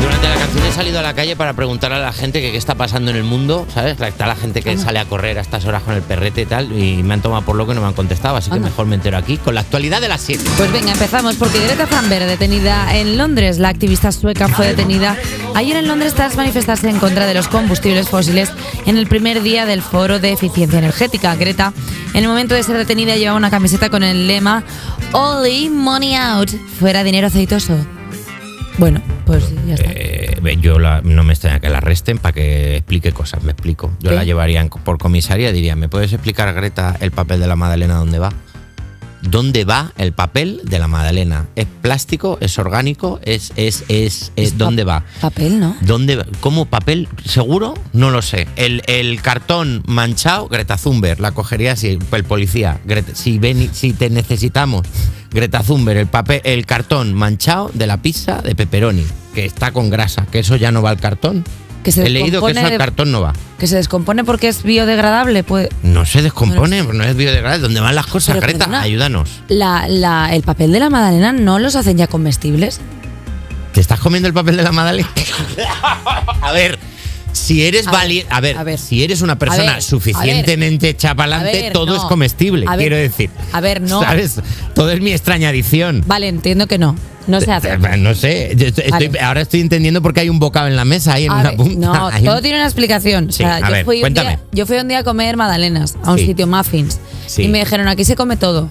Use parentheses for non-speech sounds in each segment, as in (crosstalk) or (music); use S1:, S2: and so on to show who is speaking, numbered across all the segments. S1: Durante la canción he salido a la calle para preguntar a la gente que qué está pasando en el mundo, ¿sabes? La- Está la gente que sale a correr a estas horas con el perrete y tal, y me han tomado por loco y no me han contestado, así que
S2: Anda.
S1: mejor me entero aquí con la actualidad de las 7.
S2: Pues venga, empezamos porque Greta Thunberg, detenida en Londres, la activista sueca fue detenida ayer en Londres tras manifestarse en contra de los combustibles fósiles en el primer día del foro de eficiencia energética. Greta, en el momento de ser detenida, llevaba una camiseta con el lema Only Money Out, fuera dinero aceitoso. Bueno, pues ya está.
S1: Eh. yo la- no me extraña que la arresten para que explique cosas, me explico. Yo
S2: ¿Qué?
S1: la llevaría en- por comisaría, diría, ¿me puedes explicar, Greta, el papel de la Madalena dónde va? ¿Dónde va el papel de la Madalena? ¿Es plástico? ¿Es orgánico? ¿Es, es, es, es,
S2: Es
S1: dónde
S2: pap-
S1: va?
S2: Papel, ¿no?
S1: ¿Dónde? va? ¿Cómo papel? ¿Seguro? No lo sé. El, el cartón manchado, Greta Zumber, la cogería si el policía. Greta- si, ven, si te necesitamos, Greta Zumber, el, papel, el cartón manchado de la pizza de pepperoni, que está con grasa, que eso ya no va al cartón.
S2: Que se
S1: He leído que
S2: descompone
S1: eso al
S2: de-
S1: cartón no va.
S2: Que se descompone porque es biodegradable. Pues
S1: No se descompone, no es biodegradable. ¿Dónde van las cosas,
S2: Pero,
S1: Greta?
S2: perdona.
S1: Ayúdanos.
S2: la, la- el papel de la magdalena no los hacen ya comestibles.
S1: ¿Te estás comiendo el papel de la Madalena? a ver, si eres
S2: A ver,
S1: valiente. A ver,
S2: a ver.
S1: si eres una persona
S2: A ver,
S1: suficientemente chapalante,
S2: A ver,
S1: todo
S2: no.
S1: es comestible,
S2: A ver,
S1: quiero decir.
S2: a ver, no.
S1: ¿Sabes? Todo es mi extrañadición.
S2: Vale, entiendo que no. No se hace.
S1: Eh, No sé, yo estoy-
S2: Vale.
S1: estoy- ahora estoy entendiendo por qué hay un bocado en la mesa, ahí en
S2: A
S1: una
S2: ver,
S1: punta.
S2: No,
S1: (laughs) hay un-
S2: todo tiene una explicación. O
S1: Sí,
S2: sea,
S1: a
S2: yo,
S1: ver,
S2: fui un
S1: cuéntame.
S2: día, yo fui un día a comer magdalenas a un
S1: Sí.
S2: sitio muffins
S1: Sí.
S2: y me dijeron aquí se come todo.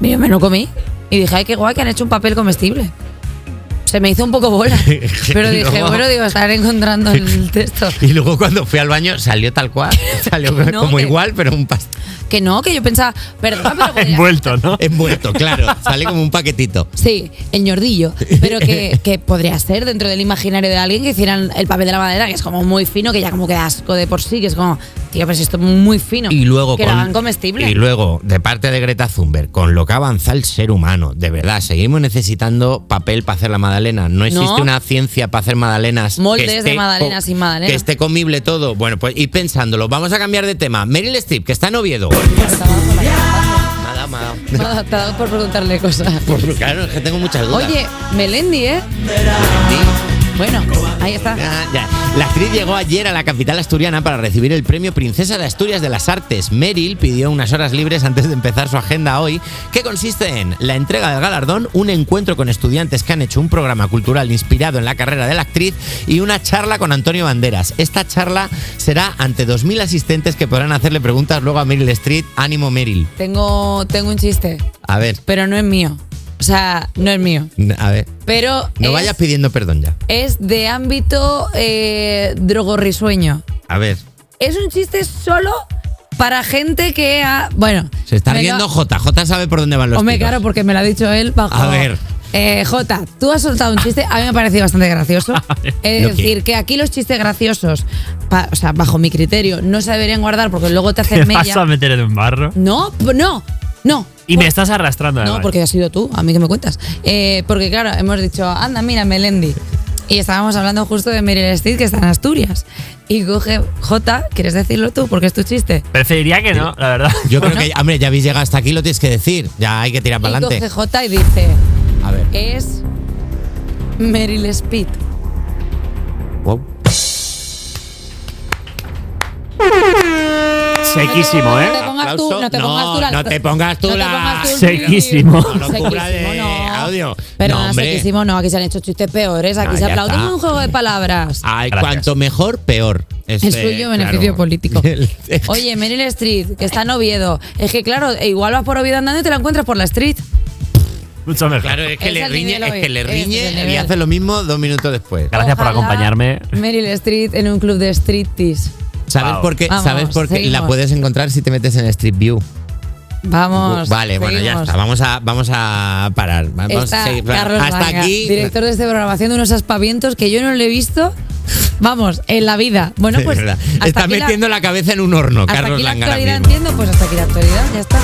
S2: Y yo me lo comí y dije ay qué guay que han hecho un papel comestible. Se me hizo un poco
S1: (laughs)
S2: bola, pero dije
S1: No.
S2: bueno digo estar encontrando el texto.
S1: Y luego cuando fui al baño salió tal
S2: (laughs)
S1: cual, salió
S2: No,
S1: como
S2: que-
S1: igual, pero un pas-
S2: (laughs) Que no, que yo pensaba perdón,
S1: (laughs)
S2: pero podría-
S3: Envuelto, ¿no?
S1: envuelto, claro, sale como un paquetito.
S2: Sí, el ñordillo.
S1: (laughs)
S2: Pero que, que podría ser dentro del imaginario de alguien que hicieran el papel de la madera, que es como muy fino, que ya como que da asco de por sí, que es como, tío, pero si esto es muy fino.
S1: Y luego
S2: que lo hagan comestible.
S1: Y luego, de parte de Greta Thunberg, con lo que avanza el ser humano, de verdad, seguimos necesitando papel para hacer la magdalena. No existe
S2: No.
S1: una ciencia para hacer magdalenas.
S2: Moldes de
S1: co-
S2: magdalena sin magdalena.
S1: Que esté comible todo. Bueno, pues ir pensándolo. Vamos a cambiar de tema. Meryl Streep, que está en Oviedo.
S2: (laughs)
S1: Me ha dado, me ha dado.
S2: Me ha dado por preguntarle cosas.
S1: Pues claro, es que tengo muchas dudas.
S2: Oye, Melendi, ¿eh? Bueno, ahí está.
S1: Ya, ya. La actriz llegó ayer a la capital asturiana para recibir el premio Princesa de Asturias de las Artes. Meryl pidió unas horas libres antes de empezar su agenda hoy, que consiste en la entrega del galardón, un encuentro con estudiantes que han hecho un programa cultural inspirado en la carrera de la actriz y una charla con Antonio Banderas. Esta charla será ante 2.000 asistentes que podrán hacerle preguntas luego a Meryl Street. Ánimo Meryl.
S2: Tengo, tengo un chiste,
S1: A ver,
S2: pero no es mío. O sea, no es mío.
S1: a ver.
S2: Pero
S1: No
S2: es,
S1: vayas pidiendo perdón ya.
S2: es de ámbito eh, drogorrisueño.
S1: A ver.
S2: Es un chiste solo para gente que ha. Bueno.
S1: Se está
S2: me lo-
S1: riendo J. J sabe por dónde van los
S2: Hombre,
S1: tiros.
S2: claro, porque me lo ha dicho él. Bajo,
S1: A ver.
S2: Eh, Jota, tú has soltado un chiste, a mí me ha parecido bastante
S1: (laughs)
S2: gracioso.
S1: Lo
S2: Es
S1: que-
S2: decir, que aquí los chistes graciosos, pa- o sea, bajo mi criterio, no se deberían guardar porque luego te
S3: Te
S2: hacen
S3: vas a
S2: mella.
S3: meter en un barro.
S2: No, p- no, no. Pues,
S3: Y me estás arrastrando.
S2: No,
S3: además.
S2: porque has sido tú, a mí que me cuentas. Eh, porque claro, hemos dicho, anda, mira, Melendi. Y estábamos hablando justo de Meryl Streep, que está en Asturias. Y coge, Jota, ¿quieres decirlo tú? Porque es tu chiste.
S3: Preferiría que no, la verdad.
S1: Yo creo que, hombre, ya habéis llegado hasta aquí, lo tienes que decir. Ya hay que tirar para
S2: Y coge
S1: adelante.
S2: Jota y dice,
S1: A ver.
S2: es Meryl Streep.
S1: Wow.
S3: Sequísimo, ¿eh?
S2: No te pongas tú, no te
S1: No,
S2: pongas tú la...
S1: no te pongas tú
S2: no te
S1: la-
S2: pongas tú el-
S1: No
S3: Sequísimo.
S1: lo cubra de
S2: Sequísimo, no.
S1: audio.
S2: Pero
S1: No,
S2: no,
S1: hombre.
S2: sequísimo no, aquí se han hecho chistes peores, aquí
S1: Ah,
S2: se
S1: ya
S2: aplaude
S1: está.
S2: con un juego de palabras.
S1: Ay,
S3: Gracias.
S1: cuanto mejor, peor. Este,
S2: El suyo beneficio
S1: claro.
S2: político.
S1: (laughs) El-
S2: Oye, Meryl Street, que está en Oviedo. Es que claro, e igual vas por Oviedo andando y te la encuentras por la street.
S3: Mucho mejor.
S1: Claro, es que
S2: Es
S1: le
S2: el
S1: riñe,
S2: nivel
S1: es
S2: hoy.
S1: que le
S2: Ese es el
S1: riñe y
S2: nivel.
S1: hace lo mismo dos minutos después.
S3: Gracias por
S2: Ojalá
S3: acompañarme.
S2: Meryl Street en un club de streeties.
S1: ¿Sabes
S3: Wow.
S1: por qué?
S2: Vamos,
S1: ¿Sabes por qué? Y la
S2: seguimos.
S1: puedes encontrar si te metes en Street View.
S2: Vamos.
S1: vale, bueno, ya
S2: seguimos.
S1: está. Vamos a, vamos a parar. Vamos
S2: Está
S1: a seguir.
S2: Carlos
S1: Hasta
S2: Vanga,
S1: aquí.
S2: director de este programa, haciendo unos aspavientos que yo no le he visto, vamos, en la vida.
S1: (laughs)
S2: Bueno,
S1: De
S2: pues
S1: verdad.
S2: hasta
S1: Está
S2: aquí la-
S1: metiendo la, cabeza en un horno,
S2: hasta
S1: Carlos
S2: aquí la
S1: Langa. ahora
S2: actualidad
S1: mismo.
S2: entiendo, pues hasta aquí la actualidad, ya está.